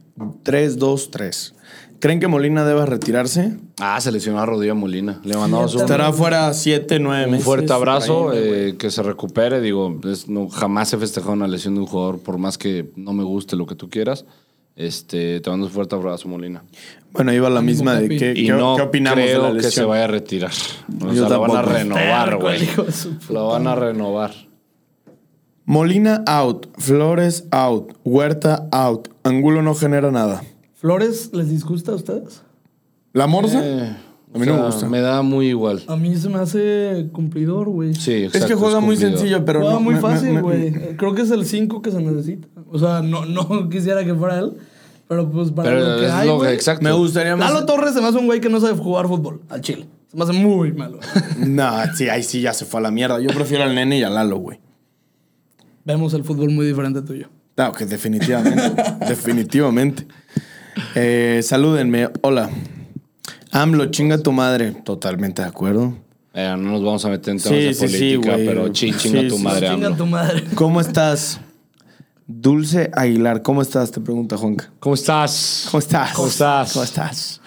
Speaker 1: 323. ¿Creen que Molina deba retirarse?
Speaker 3: Ah, se lesionó a Rodrigo Molina. Le mandamos un,
Speaker 1: Estará fuera 7, 9
Speaker 3: un
Speaker 1: meses.
Speaker 3: fuerte abrazo,
Speaker 1: Por ahí, güey.
Speaker 3: eh, que se recupere. Digo, es- no, jamás he festejado una lesión de un jugador, por más que no me guste lo que tú quieras. Este, te mando un fuerte abrazo, Molina.
Speaker 1: Bueno, iba la misma de
Speaker 2: papi.
Speaker 1: qué,
Speaker 3: Y
Speaker 1: qué-
Speaker 3: no
Speaker 1: qué opinamos de
Speaker 3: creo
Speaker 1: la
Speaker 3: que se
Speaker 1: lesión.
Speaker 3: vaya a retirar. O
Speaker 1: Yo
Speaker 3: sea, lo van a
Speaker 1: tampoco.
Speaker 3: renovar,
Speaker 2: Perro,
Speaker 3: güey.
Speaker 2: hijo de su puta
Speaker 3: Lo van a renovar.
Speaker 1: Molina out, Flores out, Huerta out, Angulo no genera nada.
Speaker 2: ¿Flores les disgusta a ustedes?
Speaker 1: ¿La morsa?
Speaker 3: Eh,
Speaker 1: a mí
Speaker 3: o
Speaker 1: no me
Speaker 3: sea,
Speaker 1: gusta.
Speaker 3: Me da muy igual.
Speaker 2: A mí se me hace cumplidor, güey.
Speaker 3: Sí,
Speaker 1: es
Speaker 3: exacto,
Speaker 1: que juega muy
Speaker 3: cumplidor.
Speaker 1: sencillo, pero
Speaker 2: Pero
Speaker 1: no-
Speaker 2: muy
Speaker 1: me- me-
Speaker 2: fácil,
Speaker 1: me-
Speaker 2: güey. Creo que es el 5 que se necesita. O sea, no, no quisiera que fuera él, pero pues para
Speaker 3: Pero
Speaker 2: lo que
Speaker 3: es
Speaker 2: hay,
Speaker 3: lo
Speaker 2: güey.
Speaker 3: exacto.
Speaker 1: Me gustaría más.
Speaker 2: Lalo Torres se me hace un güey que no sabe jugar fútbol, al chile. Se me hace muy malo.
Speaker 1: No, sí, ahí sí ya se fue a la mierda. Yo prefiero al nene y al Lalo, güey.
Speaker 2: vemos el fútbol muy diferente tuyo.
Speaker 1: Claro, que definitivamente. definitivamente. Eh, salúdenme. Hola. AMLO, chinga tu madre. Totalmente de acuerdo.
Speaker 3: Eh, no nos vamos a meter en temas
Speaker 1: Sí,
Speaker 3: de
Speaker 1: sí, sí,
Speaker 3: política,
Speaker 1: güey.
Speaker 3: pero chi, chinga
Speaker 1: Sí,
Speaker 3: tu
Speaker 1: sí,
Speaker 3: madre,
Speaker 2: Chinga
Speaker 3: AMLO.
Speaker 2: tu madre.
Speaker 1: ¿Cómo estás? Dulce Aguilar, ¿cómo estás? Te pregunta Juanca.
Speaker 3: ¿Cómo estás?
Speaker 1: ¿Cómo estás?
Speaker 3: ¿Cómo estás?
Speaker 1: ¿Cómo estás?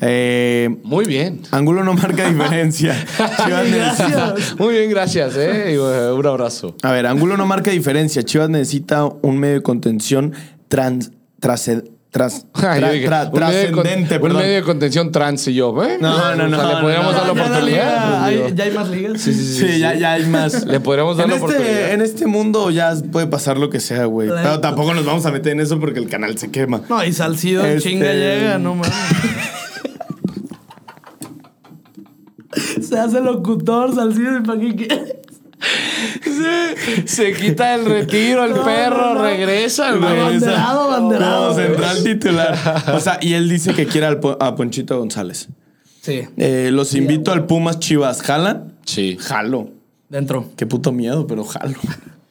Speaker 1: Eh,
Speaker 3: Muy bien.
Speaker 1: ángulo no marca diferencia. Chivas necesita-
Speaker 3: Muy bien, gracias, ¿eh? Y, eh, un abrazo.
Speaker 1: A ver, ángulo no marca diferencia. Chivas necesita un medio de contención trans, trased- tras- tra-
Speaker 3: Yo dije,
Speaker 1: tra-
Speaker 3: un medio de con-
Speaker 1: trascendente,
Speaker 3: Un
Speaker 1: perdón.
Speaker 3: medio de contención trans y yo, ¿eh?
Speaker 1: No, no, no,
Speaker 3: O sea,
Speaker 1: no,
Speaker 3: ¿Le podríamos
Speaker 1: no,
Speaker 3: dar la
Speaker 1: no,
Speaker 2: ya
Speaker 3: oportunidad?
Speaker 2: liga,
Speaker 3: Pues,
Speaker 2: hay-
Speaker 3: digo,
Speaker 2: ya hay más ligas.
Speaker 1: Sí, sí, sí, ya, ya hay más.
Speaker 3: ¿Le podríamos dar
Speaker 1: En
Speaker 3: la
Speaker 1: este,
Speaker 3: oportunidad?
Speaker 1: en este mundo ya puede pasar lo que sea, güey.
Speaker 2: La-
Speaker 1: Pero tampoco nos vamos a meter en eso porque el canal se quema.
Speaker 2: No, y Salcido en
Speaker 1: Este-
Speaker 2: chinga llega, no mames. Se hace locutor, Salcido, ¿y para qué quieres?
Speaker 3: Se quita el retiro, el
Speaker 2: No,
Speaker 3: perro,
Speaker 2: no, no.
Speaker 3: regresa,
Speaker 2: No,
Speaker 3: güey.
Speaker 1: Regresa.
Speaker 2: abanderado, abanderado,
Speaker 1: No,
Speaker 2: güey.
Speaker 1: central titular. O sea, y él dice que quiere al Po- a Ponchito González.
Speaker 2: Sí,
Speaker 1: Eh, los invito al Pumas Chivas. ¿Jalan?
Speaker 3: Sí,
Speaker 1: Jalo.
Speaker 2: dentro.
Speaker 1: Qué puto miedo, pero jalo.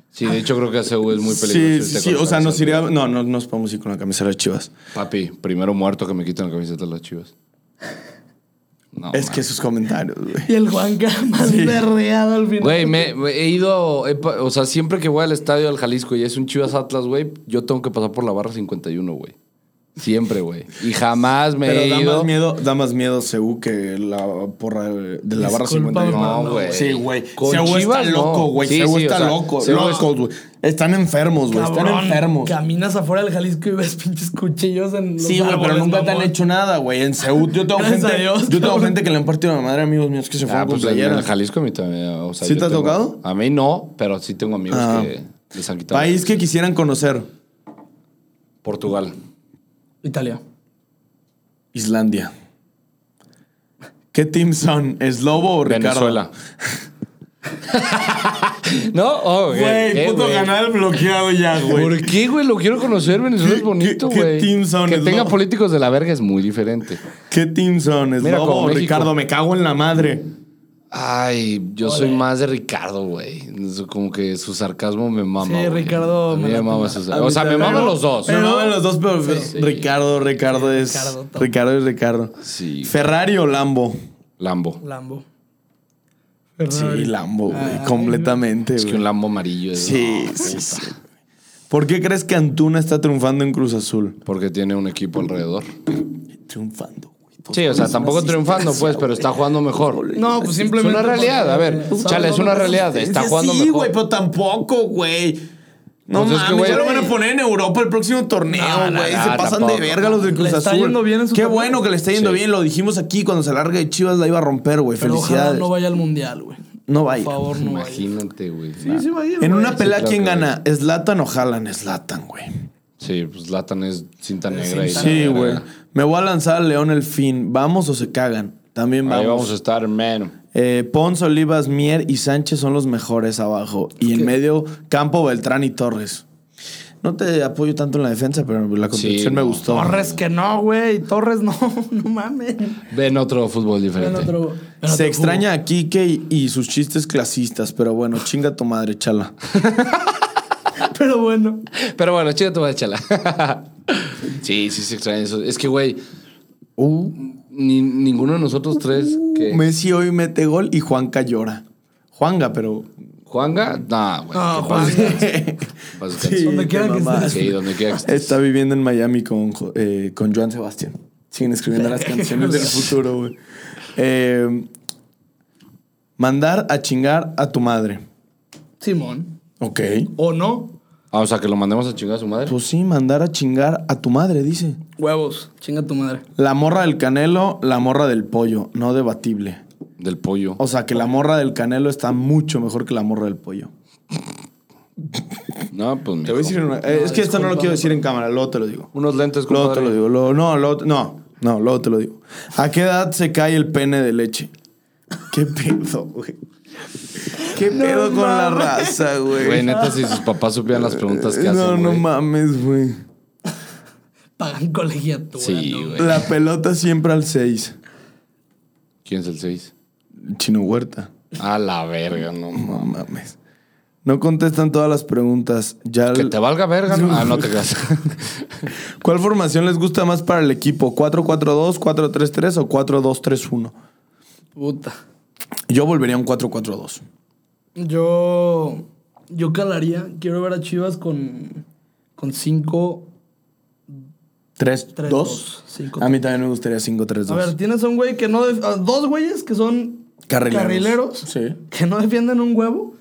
Speaker 3: sí, de hecho creo que CU es muy peligroso. este
Speaker 1: Sí,
Speaker 3: irte
Speaker 1: sí, sí.
Speaker 3: con
Speaker 1: O sea, nos
Speaker 3: Alexander.
Speaker 1: iría. No, no nos podemos ir con la camiseta de Chivas.
Speaker 3: Papi, primero muerto que me quiten la camiseta de las chivas. No,
Speaker 1: es que
Speaker 3: man.
Speaker 1: sus comentarios, güey.
Speaker 2: Y el Juanca más berreado al final.
Speaker 3: Güey, me, me he ido. he pa- o sea, siempre que voy al estadio al Jalisco y es un Chivas Atlas, güey, yo tengo que pasar por la barra 51, güey. Siempre, güey. Y jamás me
Speaker 1: Pero da
Speaker 3: he ido.
Speaker 1: más miedo, da más miedo CU que la porra de la barra
Speaker 2: Disculpa,
Speaker 1: 51.
Speaker 3: No, güey.
Speaker 1: Sí, güey.
Speaker 3: Con
Speaker 1: CU está
Speaker 3: Chivas, no.
Speaker 1: loco, güey.
Speaker 3: Sí,
Speaker 1: CU
Speaker 3: sí,
Speaker 1: está
Speaker 3: o sea,
Speaker 1: loco.
Speaker 3: CU es-
Speaker 1: locos, güey. Están enfermos, güey. Están
Speaker 2: Cabrón,
Speaker 1: enfermos.
Speaker 2: Caminas afuera del Jalisco y ves pinches cuchillos en los
Speaker 1: Sí, güey, pero
Speaker 2: árboles,
Speaker 1: nunca te han
Speaker 2: mamón.
Speaker 1: hecho nada, güey. En CU yo tengo
Speaker 2: Gracias
Speaker 1: gente,
Speaker 2: a Dios,
Speaker 1: yo tengo
Speaker 2: cabrón.
Speaker 1: gente que le han partido la madre amigos míos que se fueron
Speaker 3: Ah, pues
Speaker 1: con
Speaker 3: en el
Speaker 1: playeras.
Speaker 3: Jalisco a mí también. o sea,
Speaker 1: ¿Sí
Speaker 3: yo
Speaker 1: te ha
Speaker 3: tengo-
Speaker 1: tocado?
Speaker 3: A mí no, pero sí tengo amigos
Speaker 1: Ah.
Speaker 3: que les han quitado.
Speaker 1: País que quisieran conocer.
Speaker 3: Portugal.
Speaker 2: Italia.
Speaker 1: Islandia. ¿Qué team son? ¿Eslobo o Ricardo?
Speaker 3: Venezuela. ¿No? Oh,
Speaker 1: Güey, puto canal bloqueado ya, güey.
Speaker 3: ¿Por qué, güey? Lo quiero conocer. Venezuela
Speaker 1: ¿Qué-
Speaker 3: es bonito,
Speaker 1: qué- qué
Speaker 3: güey.
Speaker 1: team son?
Speaker 3: Que
Speaker 1: Es
Speaker 3: tenga
Speaker 1: lo-
Speaker 3: políticos de la verga es muy diferente.
Speaker 1: ¿Qué team son?
Speaker 3: Mira,
Speaker 1: ¿Eslobo
Speaker 3: como
Speaker 1: o
Speaker 3: México.
Speaker 1: Ricardo? Me cago en la madre.
Speaker 3: Ay, yo soy más de Ricardo, güey. Eso Como que su sarcasmo me mama.
Speaker 2: Sí,
Speaker 3: güey.
Speaker 2: Ricardo
Speaker 3: A mí
Speaker 2: me
Speaker 3: me
Speaker 2: late
Speaker 3: mama
Speaker 2: más.
Speaker 3: su
Speaker 1: A
Speaker 3: sarcasmo.
Speaker 1: mí
Speaker 3: O sea, me
Speaker 1: también.
Speaker 3: maman los dos.
Speaker 1: Me maman los dos, pero Ricardo, Ricardo
Speaker 2: Sí,
Speaker 1: es.
Speaker 2: Ricardo, todo.
Speaker 1: Ricardo es Ricardo.
Speaker 3: Sí.
Speaker 1: Ferrari o Lambo.
Speaker 3: Lambo.
Speaker 2: Lambo.
Speaker 1: Sí,
Speaker 2: Ferrari. Ah,
Speaker 1: Lambo, güey.
Speaker 2: Ay,
Speaker 1: Completamente,
Speaker 3: Es que un
Speaker 1: güey.
Speaker 3: Lambo amarillo es.
Speaker 1: Sí,
Speaker 3: no,
Speaker 1: sí,
Speaker 3: puta.
Speaker 1: sí. ¿Por qué crees que Antuna está triunfando en Cruz Azul?
Speaker 3: Porque tiene un equipo alrededor.
Speaker 1: Triunfando, güey.
Speaker 3: Sí, o sea, tampoco triunfando, pues, pero está jugando mejor.
Speaker 2: No, pues
Speaker 3: Es
Speaker 2: simplemente.
Speaker 3: una realidad, a ver.
Speaker 2: porque-
Speaker 3: Chale, es una realidad. Está jugando
Speaker 1: sí, güey,
Speaker 3: mejor.
Speaker 1: pero tampoco, güey. No
Speaker 3: Pues es que,
Speaker 1: mames,
Speaker 3: güey-
Speaker 1: ya lo van a poner en Europa el próximo torneo,
Speaker 3: No,
Speaker 1: güey.
Speaker 3: no, no,
Speaker 1: se pasan
Speaker 3: tampoco.
Speaker 1: de verga los del Cruz
Speaker 2: Le está
Speaker 1: Azul.
Speaker 2: yendo bien en su
Speaker 1: Qué
Speaker 2: torneo.
Speaker 1: bueno que le está yendo bien. Lo dijimos aquí cuando se largue de Chivas la iba a romper, güey.
Speaker 2: Pero ojalá
Speaker 1: Felicidades.
Speaker 2: no vaya al mundial, güey.
Speaker 1: No
Speaker 2: Por
Speaker 1: vaya.
Speaker 2: favor, no vaya.
Speaker 3: Imagínate, güey.
Speaker 2: Sí, sí va a ir,
Speaker 1: En
Speaker 2: güey.
Speaker 1: una pelea,
Speaker 3: claro
Speaker 1: ¿quién
Speaker 3: que
Speaker 1: gana? ¿Slatan o Jalan? Slatan, güey.
Speaker 3: Sí, pues Latan es cinta negra. y
Speaker 1: Sí,
Speaker 3: la
Speaker 1: güey.
Speaker 3: verga.
Speaker 1: Me voy a lanzar al León el fin. ¿Vamos o se cagan? También
Speaker 3: Ahí vamos
Speaker 1: vamos.
Speaker 3: a estar, hermano.
Speaker 1: Eh, Pons, Olivas, Mier y Sánchez son los mejores abajo. Y en medio, Campo, Beltrán y Torres. No te apoyo tanto en la defensa, pero la construcción me
Speaker 3: no.
Speaker 1: gustó.
Speaker 2: Torres que no, güey. Torres no, no mames.
Speaker 3: Ven otro fútbol
Speaker 2: Ven
Speaker 3: diferente.
Speaker 2: otro- ven otro
Speaker 1: Se
Speaker 2: jugo.
Speaker 1: extraña a Kike y, y sus chistes clasistas, pero bueno, chinga tu madre, chala.
Speaker 2: Pero bueno.
Speaker 3: Pero bueno, chica, tu madre, chala. sí, sí se extraña eso. Es que, güey, uh, ni- ninguno de nosotros tres que...
Speaker 1: Messi hoy mete gol y Juanca llora. Juanga, pero.
Speaker 3: ¿Juanga? Nah, güey.
Speaker 2: No,
Speaker 3: que
Speaker 2: Juan.
Speaker 3: paz descanse, paz descanse.
Speaker 2: Donde
Speaker 1: te
Speaker 2: quiera que
Speaker 1: mamaste.
Speaker 2: estés.
Speaker 3: Sí, donde quiera que estés.
Speaker 1: Está viviendo en Miami con, Jo- eh, con Joan Sebastián. Siguen escribiendo las canciones del futuro, güey. Eh, mandar a chingar a tu madre.
Speaker 2: Simón.
Speaker 1: Ok.
Speaker 2: ¿O no?
Speaker 3: Ah, o sea, que lo mandemos a chingar a su madre.
Speaker 1: Pues sí, mandar a chingar a tu madre, dice.
Speaker 2: Huevos. Chinga tu madre.
Speaker 1: La morra del canelo, la morra del pollo. No debatible.
Speaker 3: Del pollo.
Speaker 1: O sea, que la morra del canelo está mucho mejor que la morra del pollo.
Speaker 3: No, pues
Speaker 1: Te voy a
Speaker 3: mijo.
Speaker 1: decir una- eh, es que esto no lo quiero decir en cámara, luego te lo digo.
Speaker 3: Unos lentes,
Speaker 1: Luego te
Speaker 3: compadre.
Speaker 1: lo digo. luego- no, luego te- no, no, luego te lo digo. ¿A qué edad se cae el pene de leche? ¿Qué pedo, güey? ¿Qué pedo con la raza,
Speaker 3: Güey,
Speaker 1: güey?
Speaker 3: neta, si sus papás supieran las preguntas que hacen,
Speaker 1: No, no
Speaker 3: güey.
Speaker 1: mames, güey.
Speaker 2: Pagan colegiatura.
Speaker 3: Sí,
Speaker 2: no,
Speaker 3: güey.
Speaker 1: La pelota siempre al 6.
Speaker 3: ¿Quién es el 6?
Speaker 1: Chino Huerta.
Speaker 3: A la verga, no.
Speaker 1: No mames. No contestan todas las preguntas. Ya
Speaker 3: Que te valga verga. ¿no? Ah, no te creas.
Speaker 1: ¿Cuál formación les gusta más para el equipo? ¿4-4-2, 4-3-3 o 4-2-3-1?
Speaker 2: Puta.
Speaker 1: Yo volvería a un 4-4-2.
Speaker 2: Yo. Yo calaría. Quiero ver a Chivas con. Con 5.
Speaker 1: 3-2.
Speaker 2: 5.
Speaker 1: A mí también me gustaría
Speaker 2: A ver,
Speaker 1: 5-3-2.
Speaker 2: tienes a un güey que no. def- a Dos güeyes que son.
Speaker 1: Carrileros. Sí.
Speaker 2: Que no defienden un huevo.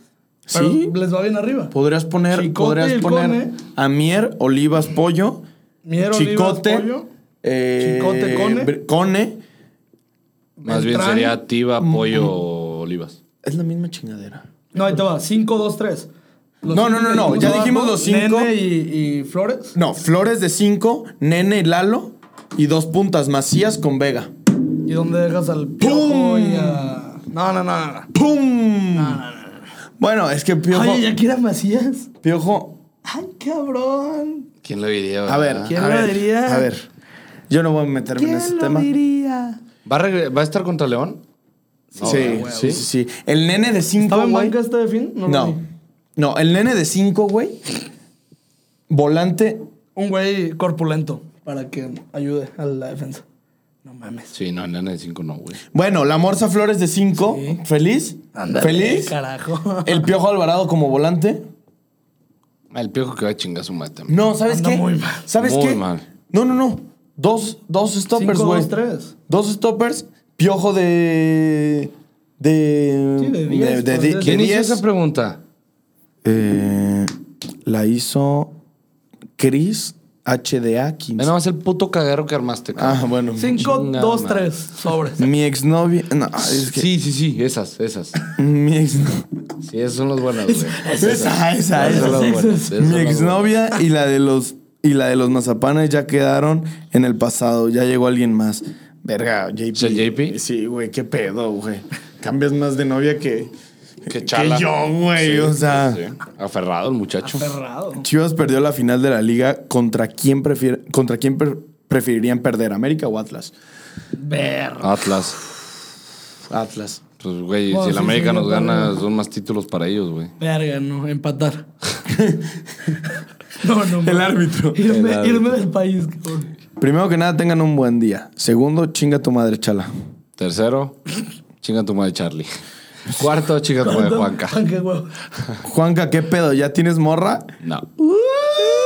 Speaker 2: Pero
Speaker 1: Sí.
Speaker 2: les va bien arriba.
Speaker 1: Podrías poner,
Speaker 2: Chicote y
Speaker 1: podrías
Speaker 2: el
Speaker 1: poner
Speaker 2: Cone.
Speaker 1: a Mier, Olivas, Pollo,
Speaker 2: Mier, Olivas,
Speaker 1: Chicote,
Speaker 2: Pollo,
Speaker 1: eh,
Speaker 2: Chicote, Cone.
Speaker 1: Br- Cone.
Speaker 3: Más bien
Speaker 2: Beltrán.
Speaker 3: sería Tiva, Pollo,
Speaker 1: Mm.
Speaker 3: Olivas.
Speaker 1: Es la misma chingadera.
Speaker 2: No, ahí te va. 5, 2, 3.
Speaker 1: No, no, no, no, ya dijimos los cinco.
Speaker 2: Nene y, y Flores.
Speaker 1: No, Flores de 5, Nene y Lalo y dos puntas, Macías con Vega.
Speaker 2: ¿Y dónde dejas al Piojo y a... No, no, no, no. no.
Speaker 1: ¡Pum! Bueno, es que Piojo...
Speaker 2: Ay, ya que era Macías.
Speaker 1: Piojo...
Speaker 2: Ay, cabrón.
Speaker 3: ¿Quién lo diría?
Speaker 1: A ver,
Speaker 3: verdad?
Speaker 2: ¿Quién
Speaker 1: a
Speaker 2: lo
Speaker 1: ver,
Speaker 2: diría?
Speaker 1: A ver, yo no voy a meterme en ese tema.
Speaker 2: diría?
Speaker 3: ¿Va a, regre- va a estar contra León? No,
Speaker 1: Sí,
Speaker 3: güey,
Speaker 1: sí, sí, sí. El nene de 5,
Speaker 2: ¿Estaba en
Speaker 1: güey.
Speaker 2: banca este de fin? lo
Speaker 1: No.
Speaker 2: vi.
Speaker 1: No, el nene de 5, güey. Volante.
Speaker 2: Un güey corpulento para que ayude a la defensa. No mames.
Speaker 3: Sí, no, el nene de 5 no, güey.
Speaker 1: Bueno, la Morsa Flores de 5.
Speaker 2: Sí.
Speaker 1: Feliz. Feliz.
Speaker 2: Carajo.
Speaker 1: El Piojo Alvarado como volante.
Speaker 3: Ah, El piojo que va a chingar su mate. también.
Speaker 1: No, ¿sabes
Speaker 2: Anda
Speaker 1: qué?
Speaker 2: muy mal.
Speaker 1: ¿Sabes
Speaker 3: Muy
Speaker 1: qué?
Speaker 3: mal.
Speaker 1: No, no, no. Dos, dos stoppers,
Speaker 2: Cinco,
Speaker 1: güey.
Speaker 2: dos, tres.
Speaker 1: Dos stoppers. Piojo de. De.
Speaker 2: Sí, de diez,
Speaker 1: de-
Speaker 2: pues,
Speaker 1: de-
Speaker 2: de-
Speaker 1: ¿Quién
Speaker 3: ¿Quién hizo
Speaker 1: diez?
Speaker 3: esa pregunta?
Speaker 1: Eh, la hizo. Chris HDA 15.
Speaker 3: Nada más el puto cagadero que armaste, cabrón.
Speaker 1: Ah, bueno.
Speaker 2: 5,
Speaker 3: Chingada
Speaker 2: 2,
Speaker 3: madre.
Speaker 2: 3. Sobres.
Speaker 1: Mi exnovia. No,
Speaker 3: ah,
Speaker 1: es que.
Speaker 3: Sí, sí, sí, esas, esas.
Speaker 1: Mi exnovia.
Speaker 3: Sí, esas son las buenas, güey.
Speaker 1: Esa, esa,
Speaker 3: Esas son
Speaker 1: esa.
Speaker 3: las buenas, esas son
Speaker 1: Mi
Speaker 3: las
Speaker 1: exnovia y la de los y la de los mazapanes ya quedaron en el pasado. Ya llegó alguien más. Verga, JP.
Speaker 3: ¿Es el JP?
Speaker 1: Sí, güey, qué pedo, güey. Cambias más de novia que.
Speaker 3: buenas. Qué chala.
Speaker 1: Que yo, güey, o sea.
Speaker 3: sí. Aferrado el muchacho.
Speaker 2: Cerrado.
Speaker 1: Chivas perdió la final de la liga. ¿Contra quién, prefier- contra quién pre- preferirían perder? ¿América o Atlas?
Speaker 2: Ver.
Speaker 3: Atlas.
Speaker 1: Atlas.
Speaker 3: Pues, güey,
Speaker 2: Bueno,
Speaker 3: si el
Speaker 2: sí,
Speaker 3: América
Speaker 2: sí,
Speaker 3: nos
Speaker 2: no,
Speaker 3: gana,
Speaker 2: pero-
Speaker 3: son más títulos para ellos, güey.
Speaker 2: Verga, no. Empatar. no, no. mames.
Speaker 1: árbitro.
Speaker 2: Irme,
Speaker 3: El árbitro.
Speaker 2: irme del país, cabrón.
Speaker 1: Primero que nada, tengan un buen día. Segundo, chinga tu madre, chala.
Speaker 3: Tercero, chinga tu madre Charlie. Cuarto, chinga tu madre Juanca.
Speaker 2: Juanca, huevo.
Speaker 1: Juanca, ¿qué pedo? ¿Ya tienes morra?
Speaker 3: No.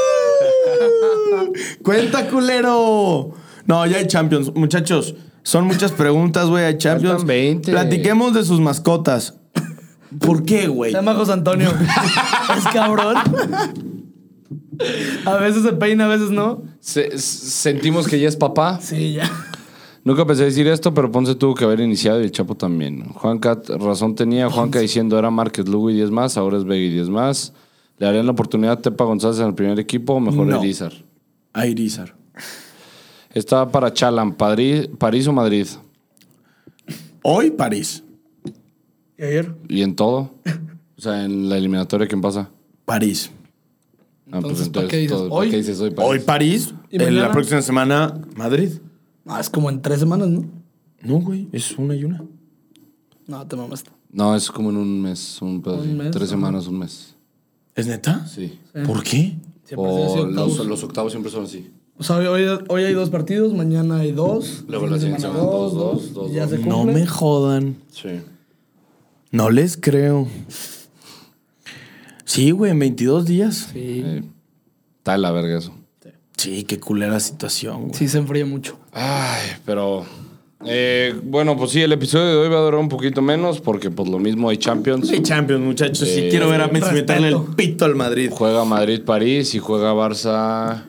Speaker 1: ¡Cuenta, culero! No, ya hay Champions. Muchachos, son muchas preguntas, güey. Hay Champions.
Speaker 3: Faltan 20.
Speaker 1: Platiquemos de sus mascotas. ¿Por qué, güey?
Speaker 2: Se llama José Antonio. es cabrón. a veces se peina, a veces no.
Speaker 3: Se- s- sentimos que ya es papá.
Speaker 2: Sí, ya.
Speaker 3: Nunca pensé decir esto, pero Ponce tuvo que haber iniciado y el Chapo también. Juanca t- razón tenía. Juanca diciendo era Márquez Lugo y 10 más, ahora es Vega y 10 más. ¿Le harían la oportunidad a Tepa González en el primer equipo o mejor
Speaker 1: No.
Speaker 3: Elizar?
Speaker 1: A Irizar.
Speaker 3: Estaba para Chalan, Padri- París o Madrid.
Speaker 1: Hoy, París.
Speaker 2: ¿Y ayer?
Speaker 3: ¿Y en todo? O sea, en la eliminatoria, ¿quién pasa?
Speaker 1: París.
Speaker 3: Ah, pues
Speaker 2: Entonces, ¿para qué dices?
Speaker 3: todo- ¿para
Speaker 2: ¿Hoy?
Speaker 3: qué dices hoy? París?
Speaker 1: Hoy, París.
Speaker 2: ¿Y
Speaker 1: En la
Speaker 2: mañana?
Speaker 1: próxima semana, Madrid.
Speaker 2: Ah, es como en tres semanas, ¿no?
Speaker 1: No, güey. Es una y una.
Speaker 2: No, te mamaste.
Speaker 3: No, es como en un mes, un pedo
Speaker 2: Un
Speaker 3: así.
Speaker 2: mes, Ah.
Speaker 3: Tres
Speaker 2: ajá.
Speaker 3: semanas, un mes.
Speaker 1: ¿Es neta?
Speaker 3: Sí.
Speaker 1: ¿Por qué?
Speaker 2: Siempre
Speaker 3: O
Speaker 2: se hace
Speaker 3: los,
Speaker 2: octavos.
Speaker 3: los octavos siempre son así.
Speaker 2: O sea, hoy- hoy, hoy hay dos partidos, mañana hay dos.
Speaker 3: Luego la siguiente
Speaker 2: semana
Speaker 3: semana
Speaker 2: dos,
Speaker 3: dos,
Speaker 2: dos,
Speaker 3: dos, dos,
Speaker 2: y ya
Speaker 3: dos.
Speaker 2: se
Speaker 1: No
Speaker 2: cumple.
Speaker 1: me jodan.
Speaker 3: Sí.
Speaker 1: No les creo. Sí, güey, en 22 días.
Speaker 2: Sí,
Speaker 3: Eh, está de la verga eso.
Speaker 1: Sí, qué culera situación, güey.
Speaker 2: sí se enfría mucho.
Speaker 3: Ay, pero. eh, bueno, pues sí, el episodio de hoy va a durar un poquito menos porque, pues lo mismo, hay Champions.
Speaker 1: Hay Champions, muchachos. Si
Speaker 3: Eh,
Speaker 1: quiero ver a Messi
Speaker 2: respeto.
Speaker 1: meterle el pito al Madrid.
Speaker 3: Juega Madrid-París y juega Barça.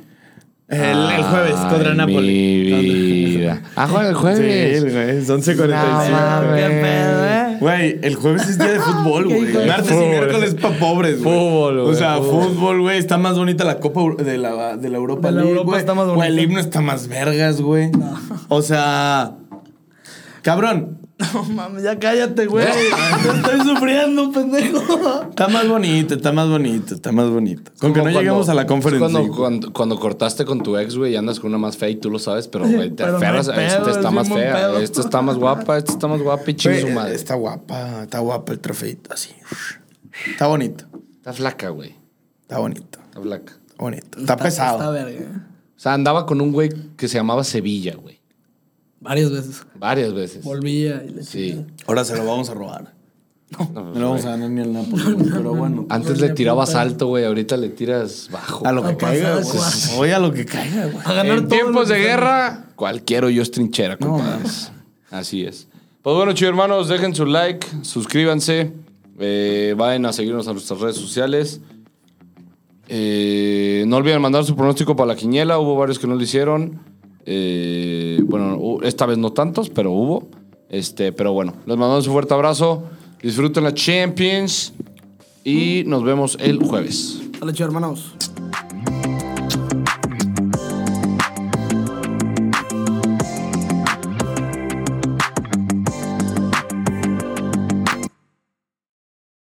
Speaker 1: El, el jueves contra
Speaker 3: Ay,
Speaker 1: Napoli.
Speaker 3: Mi vida. Ah, juega el
Speaker 1: Sí,
Speaker 3: jueves.
Speaker 1: güey. Es 11.45.
Speaker 3: No,
Speaker 2: qué
Speaker 3: Ah, güey.
Speaker 2: pedo, ¿eh?
Speaker 1: Güey, el jueves es día de fútbol,
Speaker 2: Qué
Speaker 1: güey.
Speaker 2: hijo de
Speaker 1: Martes y
Speaker 3: fútbol.
Speaker 1: miércoles para pobres, güey.
Speaker 3: Fútbol,
Speaker 1: O
Speaker 3: güey,
Speaker 1: sea,
Speaker 3: fútbol.
Speaker 1: fútbol, güey. Está más bonita la Copa Euro- de la, de la Europa
Speaker 2: De la
Speaker 1: League,
Speaker 2: Europa
Speaker 1: güey.
Speaker 2: está más
Speaker 1: Güey, el
Speaker 2: bonita.
Speaker 1: himno está más vergas, güey. O sea... Cabrón,
Speaker 2: No mames, ya cállate, güey. Te estoy sufriendo, pendejo.
Speaker 1: Está más bonito, está más bonito, está más bonito. Con que
Speaker 3: Como
Speaker 1: no
Speaker 3: cuando-
Speaker 1: lleguemos a la conferencia.
Speaker 3: Cuando, cuando, cuando cortaste con tu ex, güey, y andas con una más fea y tú lo sabes, pero güey, te
Speaker 2: Pero no hay
Speaker 3: aferras. a,
Speaker 2: pedo,
Speaker 3: esta está
Speaker 2: es
Speaker 3: más
Speaker 2: un buen
Speaker 3: fea,
Speaker 2: pedo".
Speaker 3: esta está más guapa, esta está más guapa y chingue su
Speaker 1: Güey, eh, este
Speaker 3: madre.
Speaker 1: Está guapa, está guapa el trofeito, así. Está bonito.
Speaker 3: Está flaca, güey.
Speaker 1: Está bonito.
Speaker 3: Está flaca.
Speaker 1: está Bonito. Está, pesado.
Speaker 2: Está verga.
Speaker 3: O sea, andaba con un güey que se llamaba Sevilla, güey.
Speaker 2: Varias veces.
Speaker 3: Varias veces.
Speaker 2: Volvía y le
Speaker 3: Sí.
Speaker 1: Ahora se lo vamos a robar.
Speaker 3: No,
Speaker 1: No lo vamos a ganar ni al Napoli, güey, pero bueno.
Speaker 3: Antes le tirabas alto, güey. Ahorita le tiras bajo.
Speaker 1: A lo que
Speaker 2: A
Speaker 1: caiga,
Speaker 2: pasar,
Speaker 1: güey.
Speaker 2: guau.
Speaker 1: Voy a lo que caiga, güey.
Speaker 2: A ganar
Speaker 3: en
Speaker 2: todo
Speaker 3: tiempos
Speaker 2: lo
Speaker 3: de
Speaker 2: que sea.
Speaker 3: guerra, cualquier hoyo es trinchera, compadres. Así es. Pues bueno, chicos hermanos, dejen su like, suscríbanse, eh, vayan a seguirnos a nuestras redes sociales. Eh, no olviden mandar su pronóstico para la quiniela, hubo varios que no lo hicieron. Eh, bueno, hu- esta vez no tantos, pero hubo. Este, pero bueno, les mandamos un fuerte abrazo. Disfruten la Champions y nos vemos el jueves.
Speaker 2: Dale, chido, hermanos.